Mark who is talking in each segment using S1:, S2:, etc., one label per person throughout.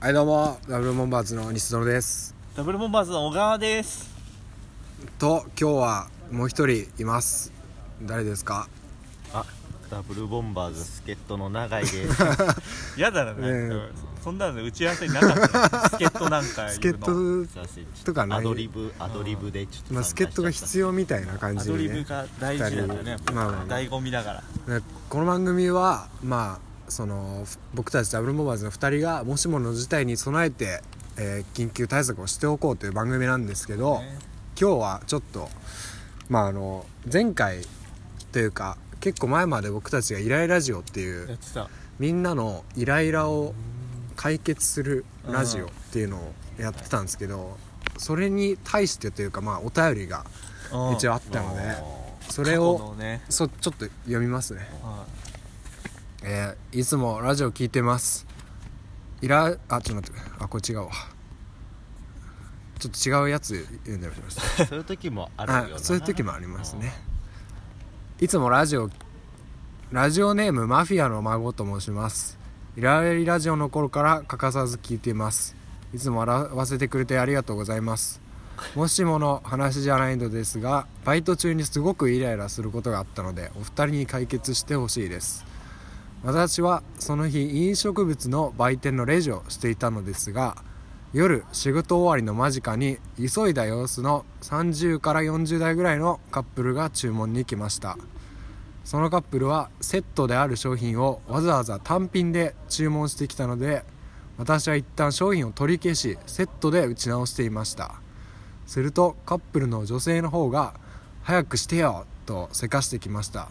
S1: はいどうもダブルモンバーズの西園です
S2: ダブルボンバーズの小川です
S1: と今日はもう一人います誰ですか、
S3: あダブルボンバーズ助っ人の長井です
S2: やだな、
S1: ええ
S2: そんなの打ち合わせにな かったよ助っ人なんか
S1: 助
S2: 言
S1: っ
S2: うの
S1: 人とかない
S3: アドリブアドリブでちょっと参加しちゃった、
S1: まあ助っ人が必要みたいな感
S2: ア
S1: じ
S2: ド
S1: で、
S2: リ
S1: ね、
S2: ブが大事なんだよねやっぱ
S1: まあまあまあ
S2: 醍醐味だから
S1: ねこの番組はまあそのふ僕たちダブルモバーズの2人がもしもの事態に備えて、えー緊急対策をしておこうという番組なんですけど、
S2: ね
S1: 今日はちょっとまああの前回というか結構前まで僕たちがイライラジオってい
S2: やっ
S1: う
S2: てた
S1: みんなのイライラを解決するラジオっていうのをやってたんですけどそれに対してというかまあお便りが一応あったのでそ
S2: そ
S1: れを
S2: ね
S1: そちょっと読みますね。
S2: は
S1: えーいつもラジオ聞いてますいらあちょっと待ってあこれ違うわちょっと違うやつ読んでみました
S3: そういう時もあるよな
S1: あそういう時もありますねいつもラジオラジオネームマフィアの孫と申しますイライラジオの頃から欠かさず聞いていますいつも笑わせてくれてありがとうございますもしもの話じゃないのですがバイト中にすごくイライラすることがあったのでお二人に解決してほしいです私はその日飲食物の売店のレジをしていたのですが夜仕事終わりの間近に急いだ様子の30から40代ぐらいのカップルが注文に来ましたそのカップルはセットである商品をわざわざ単品で注文してきたので私は一旦商品を取り消しセットで打ち直していましたするとカップルの女性の方が「早くしてよ!」とせかしてきました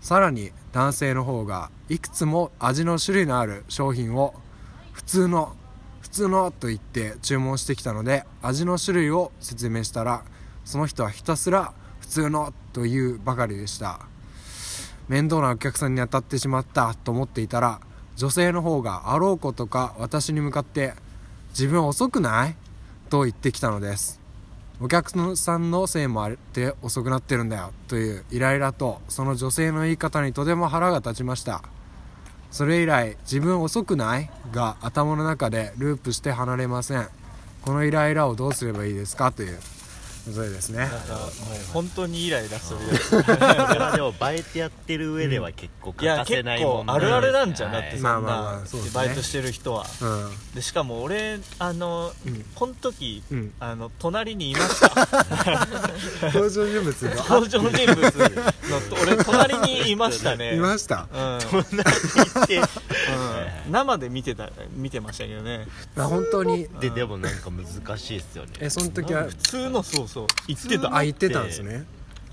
S1: さらに男性の方がいくつも味の種類のある商品を普通の普通のと言って注文してきたので味の種類を説明したらその人はひたすら普通のというばかりでした面倒なお客さんに当たってしまったと思っていたら女性の方があろうことか私に向かって「自分遅くない?」と言ってきたのですお客さんのせいもあって遅くなってるんだよというイライラとその女性の言い方にとても腹が立ちましたそれ以来自分遅くないが頭の中でループして離れませんこのイライラをどうすればいいですかというそれですね
S2: いだからもう本当にイライラする
S3: それはでもバイトやってる上では結構
S2: い
S3: 欠
S2: や
S3: かせ
S2: 結
S3: ない
S2: 構
S3: もん
S2: あるあるなんじゃんだってそ ん
S1: ま
S2: な
S1: あまあまあそうですね
S2: バイトしてる人は
S1: うん
S2: でしかも俺あの
S1: うん
S2: この時
S1: うん
S2: あの隣にいました
S1: 登場人物 が
S2: 登場人物のと俺隣にいましたね
S1: いました
S2: うん
S3: って
S2: うん生で見てた見てましたけどね
S1: まあ本当に
S3: ででもなんか難しいっすよね
S1: えその時は
S2: 普通のそうそう言っ
S1: あ
S2: てた
S1: 言ってたんですね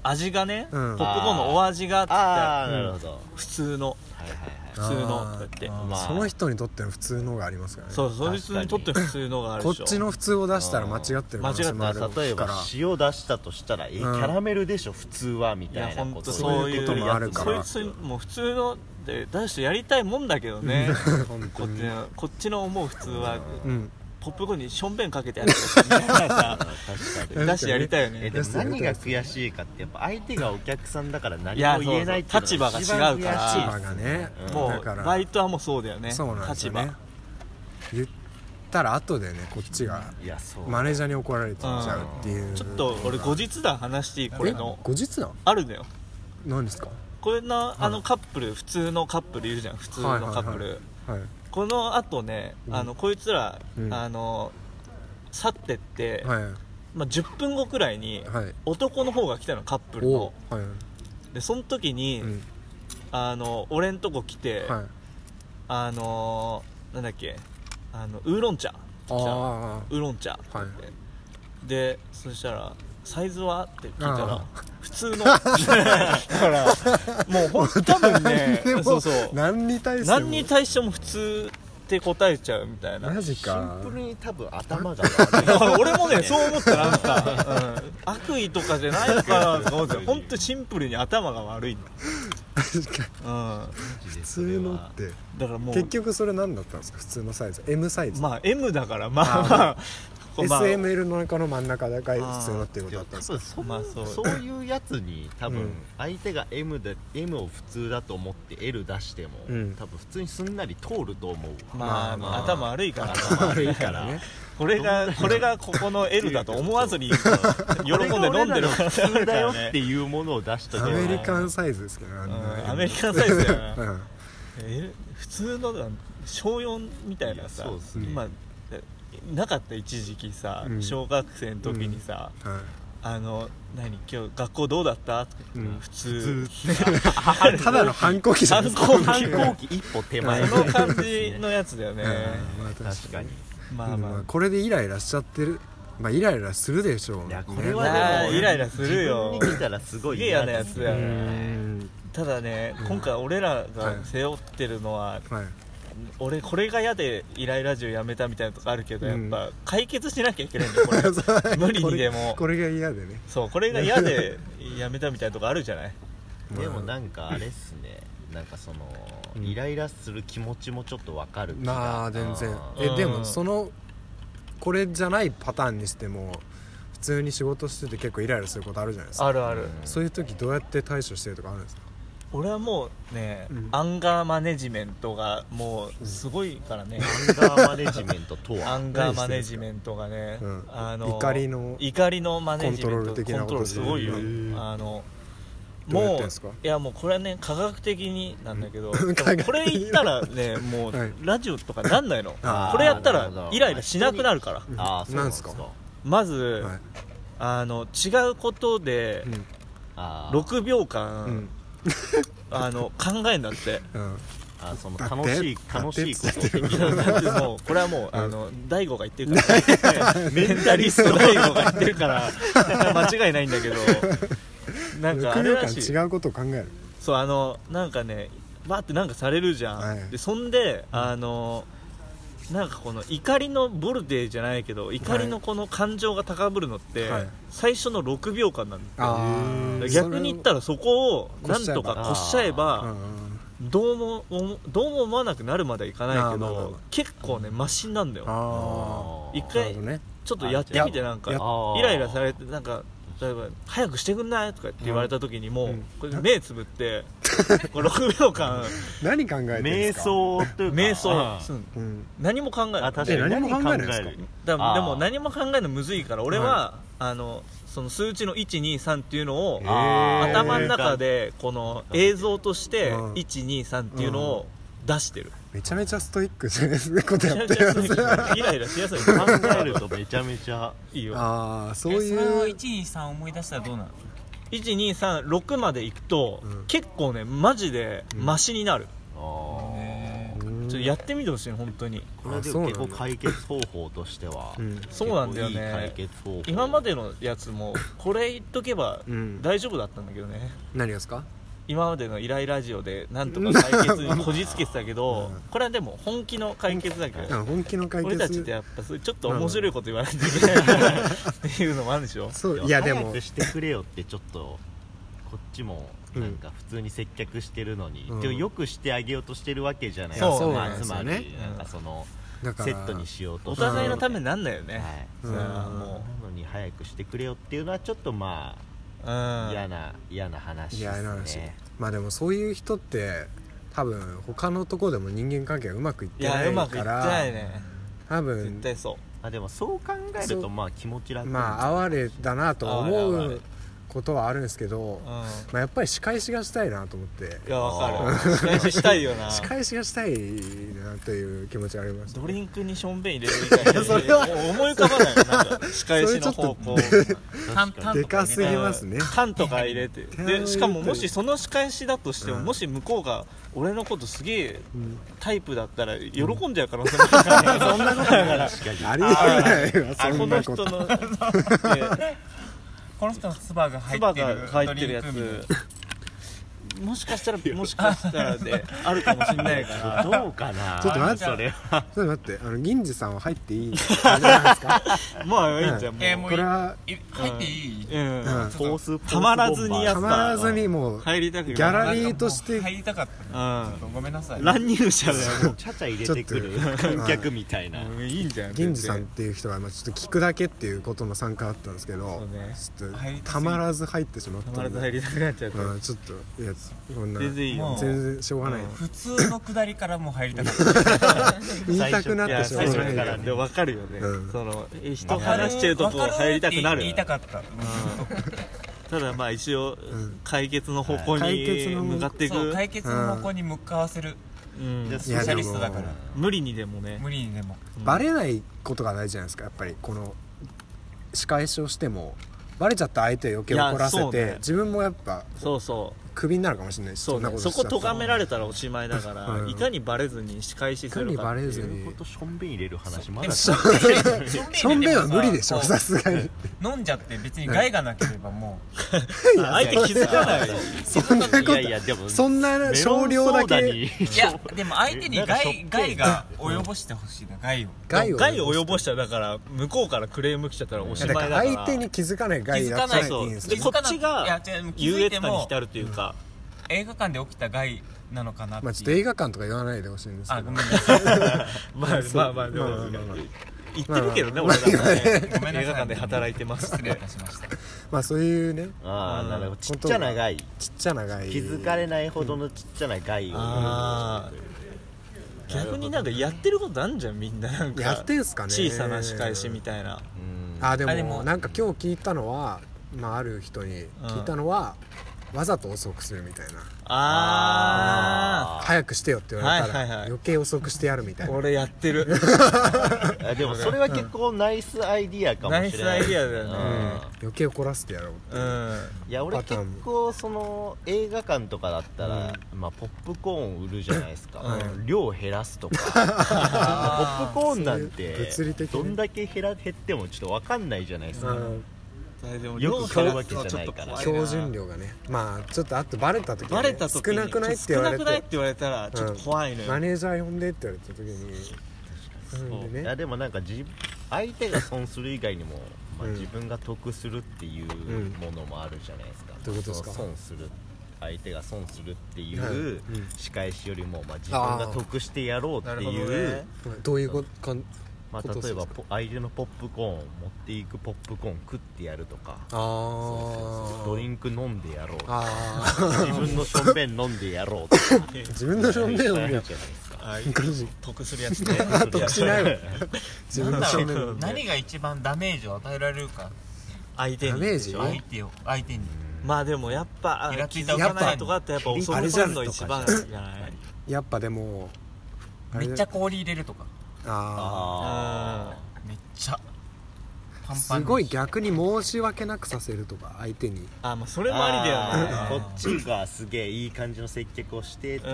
S2: 味がね、
S1: うん
S2: ポップコーンのお味がって
S3: ああなるほど、
S2: 普通の
S3: はいはい
S2: 普通の
S1: あー
S2: だって
S1: あー
S3: まあ
S1: その人にとっての普通のがありますからね
S2: そうそいつにとって普通のがある
S1: こっ
S2: でしょ
S1: ちの普通を出したら間違ってる可能性もあ
S3: はい
S1: る
S3: まあ例え
S1: か
S3: ば
S1: ら
S3: 塩出したとしたら、えキャラメルでしょ普通はみ
S2: いや
S3: たいな
S2: 本
S3: こと
S2: 当
S3: を
S2: そういう
S1: そういうこともあるから
S2: そいつもう普通のって出してやりたいもんだけどね
S1: 本
S2: こ
S1: 当
S2: っち
S1: に
S2: のこっちの思う普通は、
S1: うん
S2: ポップコーンにしょんべんかけてやるとかみ たいなさ
S3: 確かに
S2: 出してやりたいよ
S3: え
S2: ね
S3: でも何が悔しいかってやっぱ相手がお客さんだから何
S2: いや
S3: も言えないっていうの
S2: そうそう立場が違うから
S3: 一
S1: 立場
S3: 番悔しい
S1: がね
S3: うん
S2: も
S1: だ
S2: う
S1: から
S2: バイトはもうそうだよね
S1: そうなんです
S2: 立
S1: よ
S2: 場
S1: ね言ったら後でねこっちが
S3: いやそう
S1: マネージャーに怒られちゃうっていう
S2: ちょっと俺後日談話していいこれの
S1: え後日なん
S2: あるのよ
S1: 何ですか
S2: これなあのカップル普通のカップルいるじゃん普通のカップル、
S1: はいはいはい
S2: このあとね、
S1: うん
S2: あのこいつら、
S1: うん
S2: あの去ってって、
S1: は
S2: まあ、10分後くらいに、
S1: いはい
S2: 男の方が来たのカップル
S1: お
S2: の
S1: はい
S2: でその時に、
S1: うん
S2: あの俺んとこ来て、
S1: はい
S2: あのなんだっけあのウーロン茶
S1: あ
S2: 来たの
S1: あ
S2: ウーロン茶って言って、でそしたらサイズはって聞いた
S1: あ
S2: ら
S1: あ
S2: 普通のだからもうほん多分ね
S1: でも
S2: そうそう
S1: 何に対しても
S2: 何に対しても普通って答えちゃうみたいな
S1: マジ
S3: シ
S1: か
S3: ンプルに多分頭が悪い
S2: だから 俺もねそう思ったなんか、うん、悪意とかじゃないからとか思って本当シンプルに頭が悪い、うん、
S1: 確かに
S3: 普
S1: 普通のって
S2: だからもう
S1: 結局それ何だったんですか普通のサイズ M サイズ
S2: まあ M だからまあ
S1: あ
S2: まあこんばんは
S1: SML の中の真ん中が必要だっていうことだったん
S3: 多
S1: です
S3: 分そ,、
S2: まあそう
S3: そういうやつに多
S1: うん
S3: 分相手が M, で M を普通だと思って L 出しても、
S1: うん
S3: 多分普通にすんなり通ると思う
S2: まあ、まあ、頭悪いから
S3: 頭悪いから
S1: ね
S2: これがこれがここの L だと思わずに喜んで飲んでる
S3: これが俺らの
S2: 可能性あ
S3: 普通
S2: るか
S3: だよ
S2: ら
S3: っ
S2: ね
S3: ていうものを出しとけ
S1: ア
S3: ば
S1: メリカンサイズですけどねあんな
S2: う
S1: ね
S2: んアメリカンサイズだよな
S1: うん
S2: え普通のだ小4みたいなさ
S3: いやそうっす
S1: ね
S2: まあなかった一時期さ、
S1: うん
S2: 小学生の時にさ、
S1: はい
S2: あの何今日学校どうだった、って
S1: うん
S2: 普通
S1: ただの反抗期じゃないですか
S2: 反抗
S3: 反
S2: 期
S3: 抗期一歩手前
S2: その 感じのや つだよね
S1: うんまあ
S3: 確かに
S2: ま
S1: う
S2: あ
S1: ん
S2: まあ、
S1: まあこれでイライラしちゃってるまあイライラするでしょうね
S3: いやこれは
S2: ね
S3: でも
S2: イライラするよ
S3: 自分に来たらすごい
S2: すげえ嫌なやつだ
S1: う
S2: よ
S1: ん
S2: ただね、
S1: うん
S2: 今回俺らが背負ってるのは、
S1: はい
S2: 俺これが嫌でイライラジオやめたみたいなとこあるけど、
S1: うん
S2: やっぱ解決しなきゃいけないんだよこ れ無理にでも
S1: これこれが嫌でね
S2: そうこれが嫌でやめたみたいなとこあるじゃない
S3: でもなんかあれっすねなんかその
S1: うん
S3: イライラする気持ちもちょっとわかる気が
S1: まあ全然
S3: あ
S1: え
S2: うん
S1: でもそのこれじゃないパターンにしても普通に仕事してて結構イライラすることあるじゃないですか
S2: あるある、
S1: そういう時どうやって対処してるとかあるんですか
S2: 俺はもうね、
S1: うん
S2: アンガーマネジメントがもうすごいからね、
S3: ーアンガーマネジメントと
S2: ア
S3: は
S2: ンガーマネジメントがね、
S1: うん
S2: あの
S1: 怒りの
S2: 怒りのマネジ
S1: コ
S2: メント
S1: ントロール的なこと
S2: コントロールすごいよ
S1: へー
S2: あの
S1: どうやっ
S2: も
S1: てんすか
S2: ういやもうこれはね科学的になんだけど、
S1: うん
S2: でもこれ言ったら ねもう、
S1: はい
S2: ラジオとかなんないの
S1: あー
S2: これやった
S3: な
S2: ら
S3: るほど
S2: イライラしなくなるから
S1: ん
S3: ああそうなんですか
S1: なんす
S2: まず、
S1: はい
S2: あの違うことで
S1: うん
S3: あー
S2: 6秒
S1: う
S2: 間
S1: ん、
S2: あの考えんだって
S1: うん
S3: あーその
S1: だって
S3: 楽しい
S1: だって
S3: 楽しいこ
S1: だって
S3: と を
S2: いやだってもうこれはもうあの大悟が言ってる からメンタリスト大悟が言ってるから 間違いないんだけどなんかあ
S1: 6
S2: れ
S1: 秒
S2: ら
S1: 間
S2: しい
S1: 違うことを考える
S2: そうあのなんかねバーってなんかされるじゃん、
S1: はい
S2: でそんであのなんかこの怒りのボルテージじゃないけど怒りのこの感情が高ぶるのって、
S1: はい
S2: 最初の6秒間なんだよ
S1: あー
S2: 逆に言ったらそこを
S1: こ
S2: な
S1: し
S2: ん
S1: ちゃえば
S2: とかこしちゃえば
S1: うんうん
S2: どうも思どうも思わなくなるまではいかないけ
S1: あーまあまあ
S2: ど
S1: まあ
S2: 結構ねマシになんだよ
S1: あ
S3: あー
S2: 一
S1: あ
S2: 回
S1: ね
S2: ちょっとやってみてなんか
S1: や
S2: イライラされてなんか例えば「早くしてくんない?」とかって言われた時にもう
S1: うん
S2: これ目つぶってこれ6秒間
S1: 何考えてるんで
S3: 瞑
S1: すか
S3: 想というか
S2: 瞑
S3: あ
S2: 想
S3: ー
S2: すん
S1: うん
S2: 何も考えない
S3: あ確かに
S1: え何も考えないん
S3: 何
S1: ですか
S3: 考える
S2: だ
S3: あー
S2: でも何も考えるのむずいから俺はあのその数値の123っていうのを
S1: えー
S3: あー
S2: 頭の中でこの映像として
S1: うん
S2: 123っていうのを出してる
S1: めちゃめちゃストイックじゃないですか こと
S2: め
S1: や
S2: ちゃ
S1: っ
S2: め
S1: てる
S2: ちゃすご いイライラしやすい考
S3: 考えるとめちゃめちゃ
S2: いいよ
S1: ああそう
S4: えそれを
S1: いう
S4: 123思い出したらどうなる
S2: 1236まで行くと、
S1: うん
S2: 結構ねマジで
S1: うん
S2: マシになる、
S3: あー
S1: うん
S2: ちょっとやってみてほしい本当に
S3: これでも結構解決方法としては
S1: うん
S2: そうなんだよ
S3: 結構いい
S2: ね
S3: 解決方法
S2: 今までのやつもこれ言っとけば
S1: うん
S2: 大丈夫だったんだけどね、
S1: 何がですか
S2: 今までのイライラジオでなんとか解決にこじつけてた けど、これはでも本気の解決だけ
S1: あ
S2: ど
S1: 本気の解
S2: 俺たちって
S1: 決
S2: やっぱそういうちょっと面白いこと言わないといけない からっていうのもあるでしょ
S1: そういやで
S3: 早
S1: も
S3: くしてくれよってちょっとこっちもなんか普通に接客してるのに、
S1: うん
S3: でもよくしてあげようとしてるわけじゃない
S2: そう
S3: か
S2: そう
S3: ま
S1: な
S3: あ
S1: んです
S3: つ
S1: よ
S3: ま
S1: ね
S3: りなんかその
S1: だか
S3: セ
S1: ら
S3: ットにしようと
S2: お
S3: してる
S2: 互いのためになんないよ
S3: はい
S2: ね、
S1: うん
S2: それはも
S3: なのに早くしてくれよっていうのはちょっとま
S2: う、う
S3: あ
S2: ん、
S3: 嫌な嫌な話で
S1: 嫌な
S3: す
S1: 話
S3: ね
S1: まあでもそういう人って多分他のとこでも人間関係がうまくいっ
S2: い
S1: てな
S2: やう
S1: い
S2: まくい
S1: か
S2: ってない
S1: ら
S2: ね
S1: 多
S2: 絶
S1: 分
S2: 対そう
S3: あでもそう考える
S1: そう
S3: とまあ気持ち楽
S1: まあ哀れだなとは思
S2: 哀れ哀
S1: う
S2: れ
S1: ことはあるんですけど
S2: うん
S1: まあやっぱり仕返しがしたいなと思って
S2: いやわかる仕返ししたいよ な
S1: 仕返しがしたいなという気持ちがありました
S2: ドリンクにしょんべん入れるみたいな
S1: それは
S2: もう思い浮かばないよなんか仕返しの方向
S4: タンタン
S1: で
S4: とか
S1: か
S4: ね
S1: すぎますね
S2: 缶とか入れて
S1: うん
S2: でしかももしその仕返しだとしても、
S1: うん
S2: もし向こうが俺のことすげえ
S1: うん
S2: タイプだったら喜んじゃう可能性もある から、そんなことだから
S3: 確か
S1: あ
S3: に
S1: りえないわそ
S2: あこ
S1: ん
S2: の
S1: なこ
S2: 人
S1: と
S2: の
S4: この人の唾が入
S2: 唾
S4: って
S2: が
S4: る
S2: 入ってるや
S4: ドリンクみたいな
S2: つもしかしたらもしかしたらであるかもしれないから
S3: どうかな
S1: ちょっと待って
S3: それは
S1: ちょっと待ってあの銀次さんは入ってい いんじゃないですか
S2: まあいいじゃんもう,、
S4: えーも
S1: こ
S4: う
S1: れは
S4: え入っていい
S2: うん
S1: うん
S3: コース
S2: たまらずにや
S1: たまらずにもう
S2: 入りたくない
S1: ギャラリーとして
S4: なんかもう入りたかった
S2: うん
S4: ごめんなさい
S2: 乱入者だよも
S3: ちゃちゃ入れてくる
S1: ちょっと
S3: 観客みたいな
S2: ううんいいんじゃ ん
S1: 銀次さんっ
S2: 全
S1: ていう人がまあちょっと聞くだけっていうことの参加あったんですけど、
S2: そうね
S1: ちょっとたまらず入ってしまっ
S2: 然
S1: た
S2: たまら
S1: んで
S2: ず入りたくなっちゃった
S1: うん、ちょっといやこんな
S2: 全然いいよ
S4: もう
S1: 全然しょうがない、
S2: うん
S4: 普通の下りからもう入りたかった
S1: 言いたくなっ
S2: い
S1: て
S2: や
S1: しょ
S2: 最
S1: う
S2: 初
S1: がない
S2: からでも分かるよね、
S1: うん
S2: そのえ人話してるとこ入りたくなる
S4: 言いたかった
S2: うんただまあ一応
S1: ん
S2: 解決の方向
S1: 解決
S2: に
S1: の
S2: 向かっていく、
S4: そう解決の方向に向かわせる
S2: うん
S3: じゃあ
S4: スペシャリストだから
S2: 無理にでもね
S4: 無理にでも
S1: バレないことが大事じゃないですかやっぱりこの仕返しをしてもバレちゃった相手を余計怒ら
S2: い
S1: せ
S2: やそう
S1: て、
S2: ね
S1: 自分もやっぱ
S2: そうそう
S1: クビになるかもしれないし
S2: そう、
S1: んな
S2: ね、
S1: こと
S2: そ
S1: しちゃ
S2: こ
S1: った
S2: 咎められたらおしまいだから、
S1: うん
S2: いかにバレずに仕返し
S1: い
S2: す
S1: か
S2: る
S1: に
S2: か
S1: バ
S2: って
S1: レ
S2: い
S1: ず
S2: う
S1: に
S3: ことしょんべん入れる話ま
S4: で
S3: だ
S4: も
S3: しない
S1: しょんべんは無理でしょ
S4: こう
S1: さすがに
S4: 飲んじゃって別に害がなければも
S2: あ相手気づかないよ
S1: そんなこと
S3: いやいやでも
S1: そんな少量だけ
S4: ういやでも相手に
S3: なんかしょっぺ
S4: 害害が及ぼしてほしいな害を
S1: 害を
S2: 害を及ぼしたらだから向こうからクレーム来ちゃったらおし
S1: い
S2: ま
S1: やだ
S2: いだ
S1: か
S2: か
S1: 相
S2: らら
S1: 手に気づかない害やったらいいんです
S2: で
S1: よ
S4: 気づ
S1: ね
S4: か
S2: こっち
S4: いや
S2: が
S4: 違う気
S2: 優
S4: づいて
S2: 越
S4: も
S2: 感に浸るというか、
S4: 映画館で起きた害なのかなって
S1: ま
S4: い
S1: あ
S4: う
S1: ちょっと映画館とか言わないでほしいんですけ
S4: あ
S1: ど
S4: ごめんなさい
S2: まあ
S1: そう
S2: まあまあでも
S1: まあまあまあ
S2: 言ってるけどね俺らもね
S4: ごめんなさい
S2: 映画館で働いてます
S4: 失礼いたしました
S1: まあそういうね
S3: あ
S2: うん
S3: あなるほどちっちゃな害
S1: ちっちゃな害
S3: 気づかれないほどのちっちゃな害を
S2: あー逆になんかやってることあんじゃんみんななんか
S1: やってんすかね
S2: 小さな仕返しみたいな
S3: うん
S1: あでも
S4: あでも
S1: なんか今日聞いたのは、まあ、ある人に聞いたのは、わざと遅くするみたいな
S2: あ
S1: 早くしてよって言われたら、
S2: はいはいはい
S1: 余計遅くしてやるみたい
S2: ー
S1: な
S2: 俺やってる
S3: あでもそれは結構ナイスアイディアかもしれない
S2: ナイスアイディアだよね
S3: うん
S1: 余計怒らせてやろう
S2: うん
S3: いや俺
S1: パタ
S3: 結
S1: ーン
S3: 構その映画館とかだったら、まあ、ポップコーン売るじゃないですか、量減らすとか ポップコーンなんて
S1: そういう物理的に
S3: どんだけ減ら減ってもちょっと分かんないじゃないです
S1: あ
S3: か、
S1: の
S2: でも
S3: よく買うわけ
S2: 量減らすのは
S3: じゃない
S2: ちょっと怖
S1: 標
S2: な
S1: 準量がねまあちょっとあとバレた時、ね、
S2: バレた時
S1: 少
S2: に
S1: なくないって言われ
S2: 少なくないってて言われたらちょっと怖いの
S1: う
S2: よ
S1: んマネージャー呼んでって言われた時になんで
S3: い
S1: ね
S3: やでもなんか自相手が損する以外にも、まあ、
S1: うん
S3: 自分が得するっていううんものもあるじゃないですか、
S1: どういうことですか
S3: その損する相手が損するってい
S1: はいう
S3: うん仕返しよりも、まあ、自分が得してやろうって
S2: なる
S3: い
S2: ほど
S3: う、
S2: ね
S1: どういうこかん
S3: ま
S1: こと
S3: あ、例えば
S1: そう
S3: ポ相手のポップコーンを持っていくポップコーン食ってやるとか
S1: あー
S3: ドリンク飲んでやろう
S1: あー
S3: 自分のションベン飲んでやろうとか
S1: 自分の正面を
S3: い
S1: 見
S3: い
S1: る
S3: じゃないですか
S2: あ
S1: 感じ
S2: 得するやつ ね
S1: 得しないわ自分
S4: なん
S1: の
S4: だろ
S1: 正面を
S4: う何が一番ダメージを与えられるか
S2: 相手に
S1: ダメージ
S4: 相手を相手に
S2: まあでもやっぱ
S4: イラつ
S2: 気
S4: いた
S2: づ
S4: お
S2: か
S4: 金
S2: ないとかってやっぱ恐れるの一番じゃない
S1: やっぱでもあ
S4: め
S1: れ
S4: っちゃ氷入れるとか
S1: あ
S3: あ
S4: めっちゃパン
S1: あ
S4: パン
S1: すごい逆に申し訳なくさせるとか相手に
S2: あまあそ
S3: ー
S2: れもありだよね
S3: あーこっちがすげえいい感じの接客をして
S2: う
S1: と
S2: ん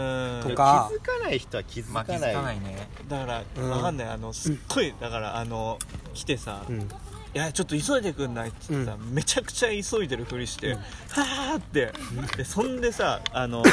S1: か
S3: 気づかない人は気づ
S4: まあ気
S3: か
S4: づ
S3: ない,、
S4: かないね
S2: だから、
S1: うん
S2: わかんないあのすっごいだからあの来てさ、
S1: う
S2: い
S1: ん
S2: やちょっと急いでくんないって言ってさ、めちゃくちゃ急いでるふりして、はあってでそんでさあの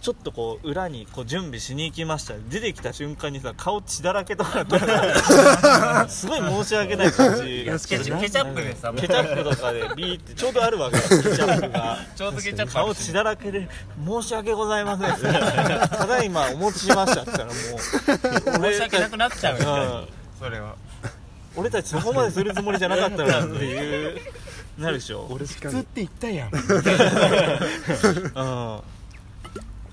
S2: ちょっとこう裏にこう準備しに行きました出てきた瞬間にさ顔血だらけとかだったらすごい申し訳ない感じ
S1: や
S4: ケチケチャップでさ
S2: ケチャップとかでビーってちょうどあるわけよケチャップが
S4: ちょうどケチャップ
S2: 顔血だらけで「申し訳ございません」ただいまお持ちしました」って言ったらもう
S4: 申し訳なくなっちゃうよ
S2: うん
S4: それは
S2: 俺たちそこまでするつもりじゃなかったなっていうなるでし ょ俺
S1: 確かに
S3: て言ったやん
S2: うん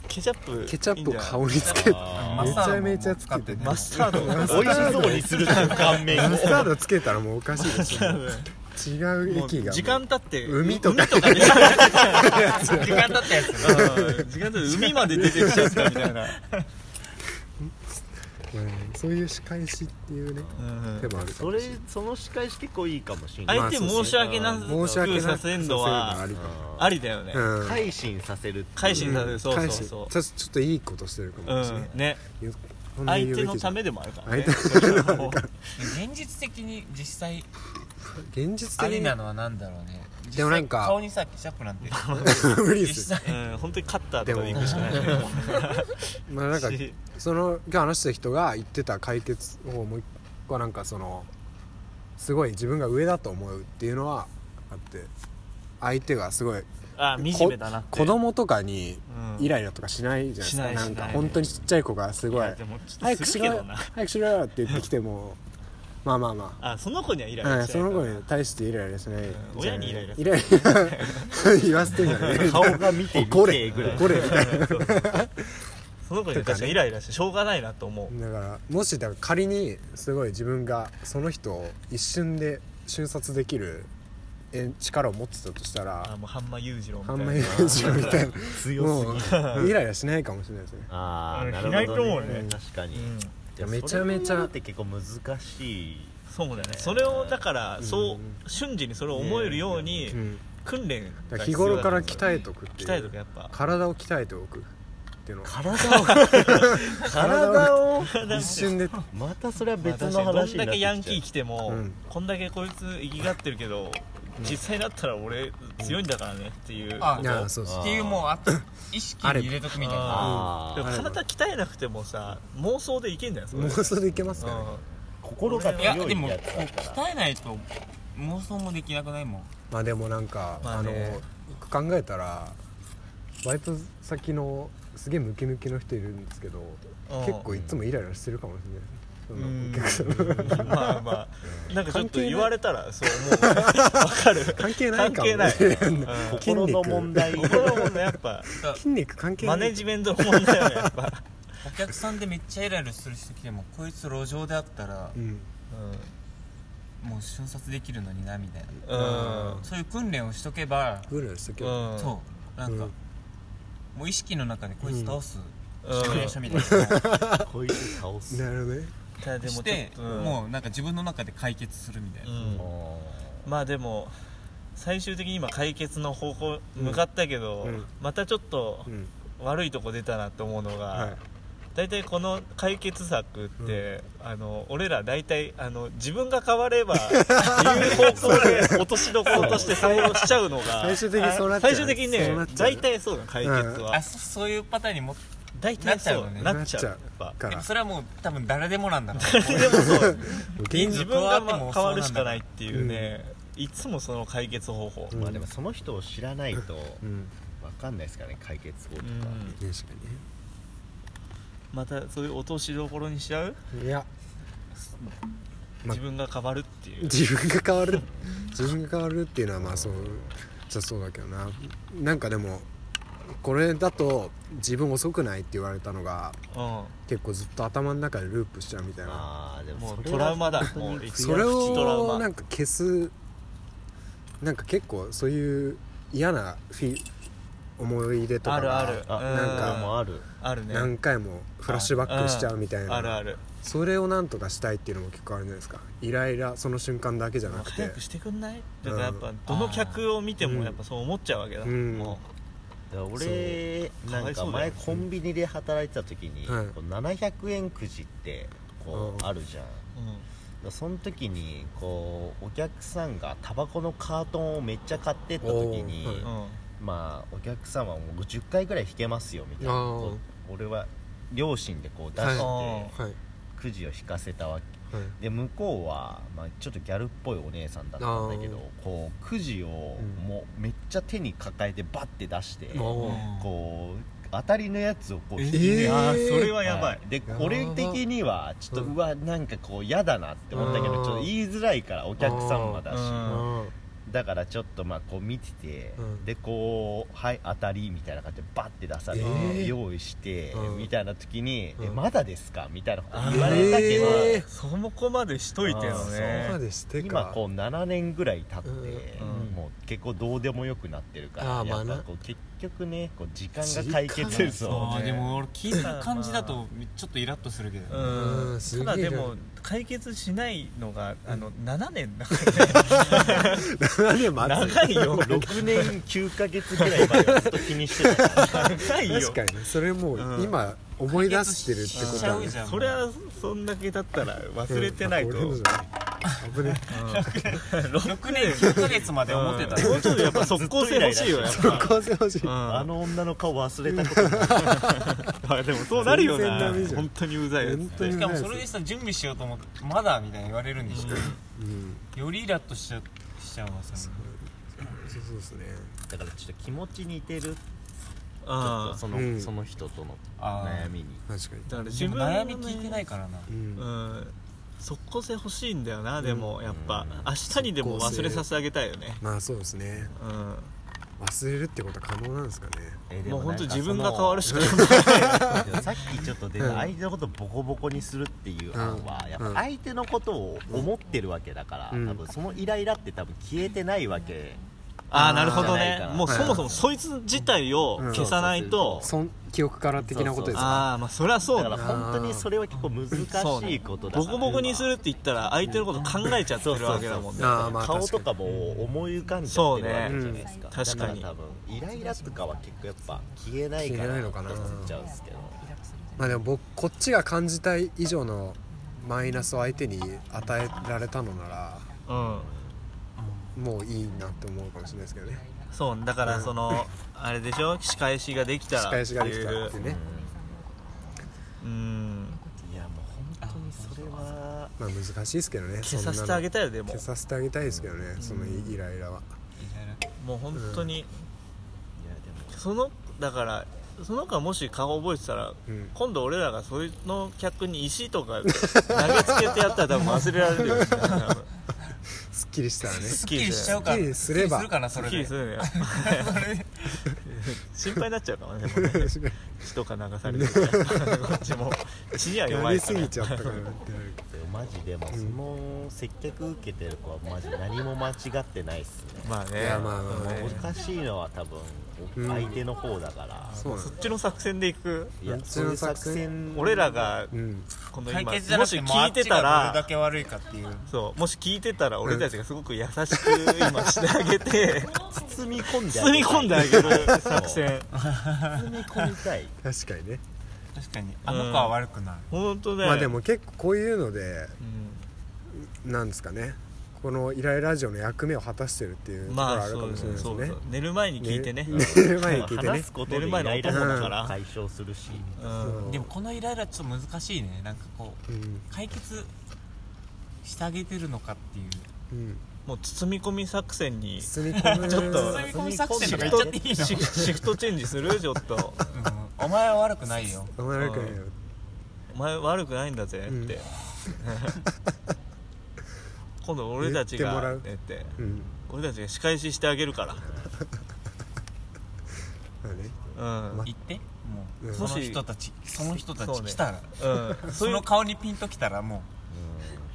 S2: ケチャップ
S1: ケチャップを
S2: い
S1: 顔につけて
S4: マ
S1: め
S4: ス
S1: ち
S4: タード
S1: ゃ
S4: も
S1: めちゃつけて
S2: いんじゃないマスタード が
S3: 美味しそうにするじゃん顔面
S1: マ
S3: を
S1: スタードつけたらもうおかしいでし
S2: 多
S1: ょ
S2: 分
S1: 違う
S2: もう
S1: 液が
S2: 時間経って
S1: 海とか
S2: 海とか出ちゃう
S4: 時間だったや
S2: う
S4: つ
S2: ん時間経って海まで出てきちゃったみたいな
S1: うんそういう仕返しっていうね
S2: うん
S1: 手もあるか
S3: そ
S1: も
S3: れ
S1: しれない
S3: その仕返し結構いいかもしれない、
S2: 相手申し訳な
S1: 申し訳な
S2: くさ
S1: くさせ
S2: せ
S1: る
S2: ん
S1: の
S2: の
S1: はあ
S2: は
S1: りかも
S2: ありだよね
S1: うん
S3: 改心させるっていう
S2: 改心させるそうそう
S1: 返し
S2: そう
S1: ちょちょっといいことしてるか
S2: う
S1: もしれない
S2: んね
S1: よほんとに言
S2: 相
S1: う
S2: 手
S1: べき
S2: の
S1: じゃ
S2: た
S1: ん
S2: めでもあるからね
S1: 相手の
S2: そう
S4: 現実的に実際
S1: 現実
S4: あ
S1: 的
S4: り
S1: に
S4: なのはなんだろうね
S1: でもなんか
S4: 実際顔にさケチャップなんて
S1: 無理で
S4: 実
S1: す、
S4: 際
S2: うん本当にカッターとかで行くしかない ね
S1: まあ、なんか
S2: し
S1: その今日話した人が言ってた解決方法はなんかそのすごい自分が上だと思うっていうのはあって相手がすごい
S2: あ惨めだなって
S1: 子供とかに
S2: うん
S1: イライラとかしないじゃないですか、
S2: しない
S1: な
S2: し
S1: ん
S2: な
S1: か
S2: い
S1: 本当にちっちゃい子がすごい
S2: やでもちょっと
S1: 早く
S2: す
S1: し
S2: る
S1: ろ
S2: け
S1: よ
S2: どな
S1: 早くしろよって言ってきてもまあまあま
S2: あその子にはイライ
S1: あ、は
S2: ラ
S1: い、
S2: しな
S1: そ
S2: い
S1: の子に対してイライラしない、
S2: うん親にイライラす
S1: イライラ 言わせてんじゃない
S3: 顔が見て見
S1: 怒れ
S3: てぐらい
S1: 怒れみたいな
S2: その子に確かにイライラしてしょうがないなと思う
S1: だからもしだから仮にすごい自分がその人を一瞬で瞬殺できるえ力を持ってたとした
S2: あ
S1: ら
S2: もう半間裕次郎みた
S1: あ
S2: い
S1: ん
S2: な
S1: まイメージみたい
S3: 強すぎる
S1: なもうイライラしないかもしれないですね
S3: ああなるほど、ね、
S4: いないと思うね
S3: 確かに、
S2: うん
S1: やめちゃめちゃ
S3: それをやるって結構難しい
S2: そうだねそれをだからそうう瞬時にそれを思えるように
S1: うん、
S2: 訓練
S1: だから
S2: が必
S1: 日
S2: 要
S1: 頃
S2: だ
S1: から
S2: 鍛
S1: 鍛えとくってい
S2: えと
S1: う
S2: かやっぱ
S1: 体を鍛えておくっていうのは
S3: 体を体を
S2: 体を
S1: 一瞬で
S3: またそれは別の
S2: まあ確かにど
S3: 話になんっ
S2: だけ
S3: てきちゃ
S2: ヤ
S3: う
S2: ンキー来ても、
S1: うん
S2: こんだけこいつ生きがってるけど、実際だったら俺強いんだからねっていうこと
S4: あ
S1: いやそうそう
S4: っていうもうあと意識に入れとくみたいな
S2: あ
S3: あ
S2: ー
S3: ー
S2: でも体鍛えなくてもさ妄想でいけんだよそれ
S1: 妄想でいけますかね
S2: うん
S3: 心が
S4: いや
S3: 強
S4: で
S3: い
S4: もこ
S3: や
S4: う
S3: つだから
S4: 鍛えないと妄想もできなくないもん
S1: まあでもなんか、
S2: ま
S1: あ
S2: あね
S1: の考えたらバイト先のすげえムキムキの人いるんですけど
S2: うん
S1: 結構いつもイライラしてるかもしれないですそのお客さん
S2: まあまあなんかちょっと言われたらそう思う わかる
S1: 関係ない
S2: 関
S1: か
S2: 係
S1: も
S2: ない、
S1: ね
S2: うん、
S1: 筋
S3: 心
S1: 肉
S3: の問題
S2: これはもうねやっぱ
S1: 筋肉関係な
S2: マ
S1: い
S2: ネジメントの問題よねやっぱ、
S4: お客さんでめっちゃイライラする人来てもこいつ路上であったら
S1: うん
S4: もう瞬殺できるのになみたいな
S2: うんうん
S4: そういう訓練をしとけば
S1: グルーしとけ
S2: う
S1: ば
S2: ん
S4: そうなんか
S1: うん
S4: もう意識の中でこいつ倒す
S2: うん
S4: シミュレーションみたいな
S3: こいつ倒す
S1: なるほどね
S2: いやでもちょ
S4: し
S2: っと
S4: て
S2: ん
S4: もうなんか自分の中で解決するみたいな
S2: うんまあでも最終的に今解決の方向向かったけど、
S1: うん
S2: またちょっと
S1: うん
S2: 悪いとこ出たなって思うの
S1: は
S2: が、
S1: い
S2: 大体この解決策って、あの俺ら大体あの自分が変 わればっていう方向で落としどころとして対応しちゃうのが
S1: 最終的にそうなっちゃう
S2: 最終的に
S1: そう
S2: ね
S1: なっちゃう
S2: 大体そうだ解決は
S4: あ、そそういうパターンにも
S2: 大体そう
S4: なっちゃうよね
S2: なっちゃう,、
S1: な
S2: や
S1: っ
S2: っぱ
S1: か
S4: で
S1: ら
S4: もそれはもう多分誰でもなんだろう
S2: でもそう
S1: 現
S2: 自
S1: 実
S2: 分がま
S4: 変わっても
S2: 変
S4: そ
S2: わ
S4: うなんだ
S2: るしかないっていうね、いつもその解決方法、
S1: うん
S3: まあでもその人を知らないと
S1: うん
S3: わかんないですからね解決法とか
S2: うん
S1: 確か
S2: またそういう落としどころにしちゃう
S1: にねいやま
S2: 自分が変わるっていう
S1: 自分が変わる自分が変わるっていうのはまあそうじゃそうだけどななんかでもこれだと自分遅くないって言われたのが
S2: うん
S1: 結構ずっと頭の中でループしちゃうみたいな
S3: ああでも
S2: も
S3: そうれ
S2: ト
S3: は
S2: ラウマだもう一
S1: それ
S2: プチトラウ
S1: を
S2: マ
S1: なんか消すなんか結構そういう嫌なフィ思い出とか
S2: ある
S1: が
S2: ある
S3: あ
S2: うん
S1: なんか
S3: それもある
S2: あるね
S1: 何回もフラッシュバックしちゃうみたい
S2: ある
S1: な
S2: ある
S1: それをなんとかしたいっていうのも結構あるんじゃないですかイライラその瞬間だけじゃなく
S2: 早
S1: て
S2: くしてくんないだからやっぱどの客を見てもやっぱそう思っちゃうわけだ
S1: うん
S2: も
S3: だから俺
S2: そう
S3: なんか
S2: かわいそ
S3: 前
S2: うだよ
S3: コンビニで働いてた時に、
S1: はい
S3: こう700円くじってこ
S1: う
S3: うんあるじゃんだか
S2: ううん
S3: らその時にこうお客さんがタバコのカートンをめっちゃ買ってった時に、
S1: おー
S2: うん
S3: まあお客様はもう10回ぐらい引けますよみたいな
S1: あー
S3: こう俺は両親でこう出して、
S2: は
S1: はい
S3: くじを引かせたわけ
S1: はい
S3: で向こうは、まあ、ちょっとギャルっぽいお姉さんだったんだけ
S1: あ
S3: どこうくじを
S1: ん
S3: もうめっちゃ手に抱えてバッて出して、
S1: おー
S3: こう当たりのやつをこう
S1: え
S3: 引き
S1: ー
S2: あーそれはやば
S3: はいで
S1: やば
S3: 俺的にはちょっと
S1: うん
S3: うわなんかこう嫌だなって思ったけど
S1: うん
S3: ちょっと言いづらいからお客様だし
S2: うん
S3: だからちょっとまあこう見てて
S1: うん
S3: でこうはい当たりみたいな感じでバッて出され
S1: えー
S3: て用意して
S1: うん
S3: みたいな時に
S1: うん
S3: えまだですかみたいなこと言われたけど
S1: えー
S2: そこまでしといてよ
S1: そこま
S2: ね
S1: でしてか
S3: 今こう7年ぐらい経って
S2: うん
S3: もう結構どうでもよくなってるか
S1: あ
S3: ら
S1: ーま
S3: や
S1: あ
S3: っ
S1: な
S3: ぱこう結局ねこう時間が解決する
S2: 時間
S3: を
S4: あ
S2: そう
S4: ー
S2: ね
S4: でも俺聞いた感じだとちょっとイラッとするけど、
S1: うんすげ
S2: た
S1: え
S2: だでも解決しないのがあの7年だか
S1: 7年待
S2: ら
S1: つ
S2: 長いよ
S3: 6年9ヶ月ぐらい前はずっと気にしてた
S2: 長いよ
S1: 確かにそれも
S2: う
S1: うん今思い出してるってこ
S4: し
S1: と
S4: ちゃ
S1: だ
S4: う
S1: ね
S4: じゃん
S2: それはそんだけだったら忘れてないと
S1: うんあ俺のじゃない危ね
S4: 6年9ヶ月まで思ってた
S2: もうちょっとやっぱ即効性欲しい よやっ
S1: えこうしてほしい
S2: ぱ、
S3: あ
S2: うん
S3: の女の顔忘れたこと ない
S2: あでもそうなるよ
S1: 全然ダ
S2: な
S1: メじゃん
S2: 本当にうざいやつ
S1: 本当に
S4: しかもそれでさ準備しようと思ってまだみたいに言われるんでし
S1: う
S4: ょ、
S1: ん
S4: よりイラッとしちゃうしちゃうわそれ
S1: そうそうですね
S3: だからちょっと気持ち似てるちょっ
S2: あ
S3: とその,、
S1: うん
S3: その人との
S4: あー
S3: 悩みに
S1: 確かに
S2: だから
S4: 自
S2: 自
S4: 分
S2: 分
S4: の悩み聞いてないからな
S1: うん
S2: うん即効性欲しいんだよなでもやっぱ
S3: うん
S2: 明日にでも忘れさせてあげたいよね
S1: まあそうですね
S2: うん
S1: 忘れるってことは可能なんですかね
S3: えーで
S2: もう
S3: な
S2: 本
S3: ん
S2: 当
S3: か
S2: 自分が変わるし
S3: そ
S2: か
S3: の
S2: ない
S3: でもさっきちょっと出た
S1: うん
S3: 相手のことをボコボコにするっていう案は
S1: うん
S3: やっぱ相手のことを思ってるわけだから
S1: うん
S3: 多分そのイライラって多分消えてないわけ
S2: ああなるほど
S3: じゃない
S2: ね
S3: かな
S2: もうそもそもそいつ自体を消さないと
S1: そん記憶から的なことですか
S2: ああまあそりゃそう
S3: だか
S2: だ
S3: ら
S2: な
S3: 本当にそれは結構
S2: そう
S3: 難し
S2: ね
S3: いことだから
S2: ボコボコにするって言ったら相手のこと考えちゃって
S3: そ
S2: る
S3: うそ
S2: わ
S3: う
S2: けだもんね
S1: あーまあ
S3: 顔とかも思い浮かんじゃってるわけじゃないですか、
S2: そうねうん確かに
S3: だら多分イライラとかは結構やっぱ消えないから
S1: 消えないのかな
S3: って思っちゃうんですけど
S1: まあでも僕こっちが感じたい以上のマイナスを相手に与えられたのなら
S2: うん
S1: もういいなって思うかもしれないですけどね
S2: そうだからそのあれでしょ仕返しができたら
S1: 仕返しができたらっ
S2: って
S1: て
S2: いう
S1: ね
S2: うん
S3: いやもう本当にそれは
S1: まあ難しいですけどね
S2: 消
S1: そんなの
S2: させてあげたいよでも
S1: 消させてあげたいですけどねそのイライラは
S2: もう本当に
S3: いやでも
S2: そのだからその子がもし顔覚えてたら
S1: うん
S2: 今度俺らがその客に石とか投げつけてやったら多分忘れられるよね多分
S1: すっきりしたらね
S4: すっきりしちゃうから
S1: すっきりすれば
S4: すっきりするかなそ
S2: すっ
S4: れ
S2: き
S4: で
S2: りする ね心配になっちゃうかも ねでもね血とか流されてるからこっちも血に は
S1: や
S2: 弱い
S1: り
S2: か
S1: す
S2: ら
S1: ぎちゃったからってなる
S3: マジでもその接客受けてる子はマジ何も間違ってないっすね、
S2: まあね
S1: いやまあまあまあ
S2: でも
S3: お
S2: ね
S3: かしいのは多分
S1: うん
S3: 相手の方だから、
S1: そうな
S2: そ
S1: の
S2: っちの作戦でいく
S3: いや
S1: うち
S3: そうい
S1: の
S3: う
S1: 作
S3: 作
S1: 戦
S3: 戦
S2: 俺らが
S1: うん
S2: この
S4: 解
S2: 今
S4: 決じゃ
S2: も
S4: なく
S2: して
S4: もう
S2: 聞いてた
S4: あっちがどれだ
S2: ら
S4: け悪いかっていう
S2: そうもし聞いてたら俺たちがすごく優しく今してあげて
S3: 包み込んであ
S2: 包
S3: げたい
S2: み込んであげる作戦
S3: 包み込みたい
S1: 確かにね
S4: 確かにあの子は悪くない、
S2: 本当ね
S1: まあでも結構こういうので
S2: うん
S1: なんですかねこのイライラジオの役目を果たしてるっていうところ
S2: まあ
S1: あるか
S2: そう
S1: もしれないです
S2: そう
S1: ね
S2: そう寝る前に聞いて ね
S1: 寝る寝る前に聞いてね
S3: 話すことでイライラ
S1: 寝る前のお供だ
S3: と
S1: か
S2: から
S3: か解消するし、
S2: うん
S4: でもこのイライラちょっと難しいねなんかこう
S1: うん
S4: 解決してあげてるのかってい
S1: う
S4: う
S1: ん
S2: もう包み込み作戦にシ
S1: 包み込む
S2: ちょっと
S4: 包み込み作戦とか
S2: フ
S4: 言っ
S2: ト
S4: ちゃっていいの
S2: シシフトチェンジするちょっと
S4: うんお前は悪くないよ
S1: お前らかよ
S2: お前悪くないんだぜっ
S1: う
S2: て、
S1: ん
S2: 今度俺たちが
S1: 言ってもらう
S2: えって
S1: うん
S2: 俺たちが仕返ししてあげるか
S1: まあね
S2: らうん、
S1: ま
S4: 言ってもう、
S1: うん
S4: その人たちその人た
S2: そう
S4: ち
S2: ね
S4: 来たらそ,、
S2: うん、そういう
S4: の顔にピンときたらも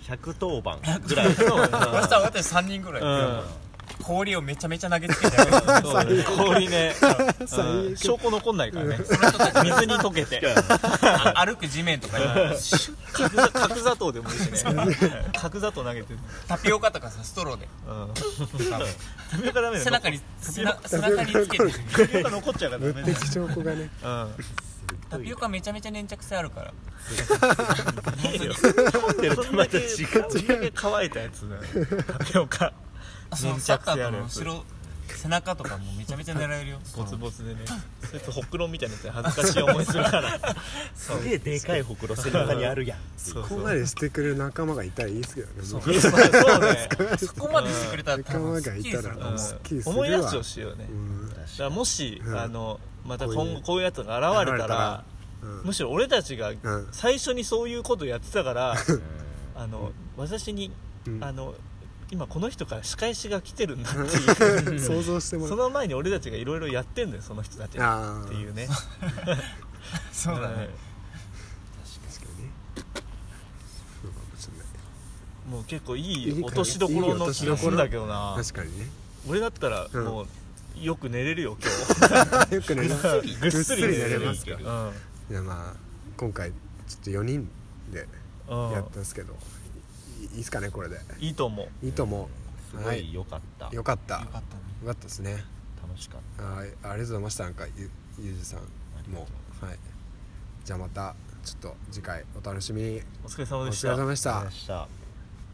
S3: 110番ぐらい
S2: そうね
S4: う、そしたら私たち3人ぐらい、
S2: うん
S4: 氷をめちゃめちゃ投げつけてあげる
S2: そうね氷ね、
S1: 最
S2: うん
S1: 悪
S2: 証拠残んないからね
S4: その人たち
S2: 水に溶けて
S4: あ歩く地面とかにシュッ
S2: 角砂角砂糖でもいいしね角砂糖投げてる
S4: タピオカとかさストローで
S2: うんタピオカダメだよ
S4: 背中に背中背中につけて
S2: タピオカ残っちゃうか
S1: 物
S2: らダメだよ
S1: 的証拠がね
S2: うん
S4: タピオカめちゃめちゃ粘着性あるから
S2: いいよそんだ
S3: また
S2: け
S3: 違う
S2: そんだけ乾いたやつだよタピオカ
S4: その
S2: 粘着性
S4: サッカー
S2: ある
S4: との
S2: やつ
S4: 後ろ背中とかもめちゃめちゃ狙えるよ
S2: ボツボツでねそいつほくろみたいなやつで恥ずかしい思いするから
S3: すげえでかいほくろ背中にあるやん
S2: そう
S1: ここまでしてくれる仲間がいたらいいですけどね
S4: そう
S1: 僕
S2: そうね
S4: そこまでしてくれたら多
S1: 仲間
S4: 分す
S1: が
S4: っ
S1: い
S4: きり
S1: た
S4: すると
S1: ら
S4: 思
S1: も
S4: う
S1: うすっきりす
S2: うん
S1: るわ
S2: 思い出してほしいよね
S1: うん
S2: だからもし
S1: うん
S2: あのまた
S1: こういう
S2: 今後こういうやつが現れたら
S1: うん
S2: むしろ俺たちが
S1: ん
S2: 最初にそういうことやってたからあの私に
S1: うん
S2: あの今この人から仕返しが来てるんだってい う
S1: 想像してもら
S2: そうの前に俺たちがいろいろやってんだよその人たちが
S1: ああ
S2: っていうね
S4: そうだ
S2: はい
S4: ね
S1: 確かにねそうかもしれない
S2: もう結構
S1: いい
S2: い
S1: 感
S2: い
S1: じ
S2: 落としどころの気がするんだけどな
S1: 確かにね
S2: 俺だったら
S1: うん
S2: もうよく寝れるよ今
S1: よくね
S2: 日ぐっ すり
S1: ぐっすり寝れます
S2: か
S1: いやまあ今回ちょっと4人で
S2: うん
S1: やったんですけどいいいっすかねこれで
S2: いいと思う
S1: いいと思
S3: す
S1: う
S3: ごい良かった、
S1: よかったよ
S4: よか
S1: か
S4: っ
S1: ったた
S4: ね
S1: ですね
S3: 楽しかった
S1: はいありがとうございましたなんかゆゆうじさんもはいじゃあまたちょっと次回お楽しみに
S2: お疲れ様
S1: お
S2: でし
S1: 疲れ
S2: た
S1: 様でし
S3: ありがとうござい
S1: た
S3: ました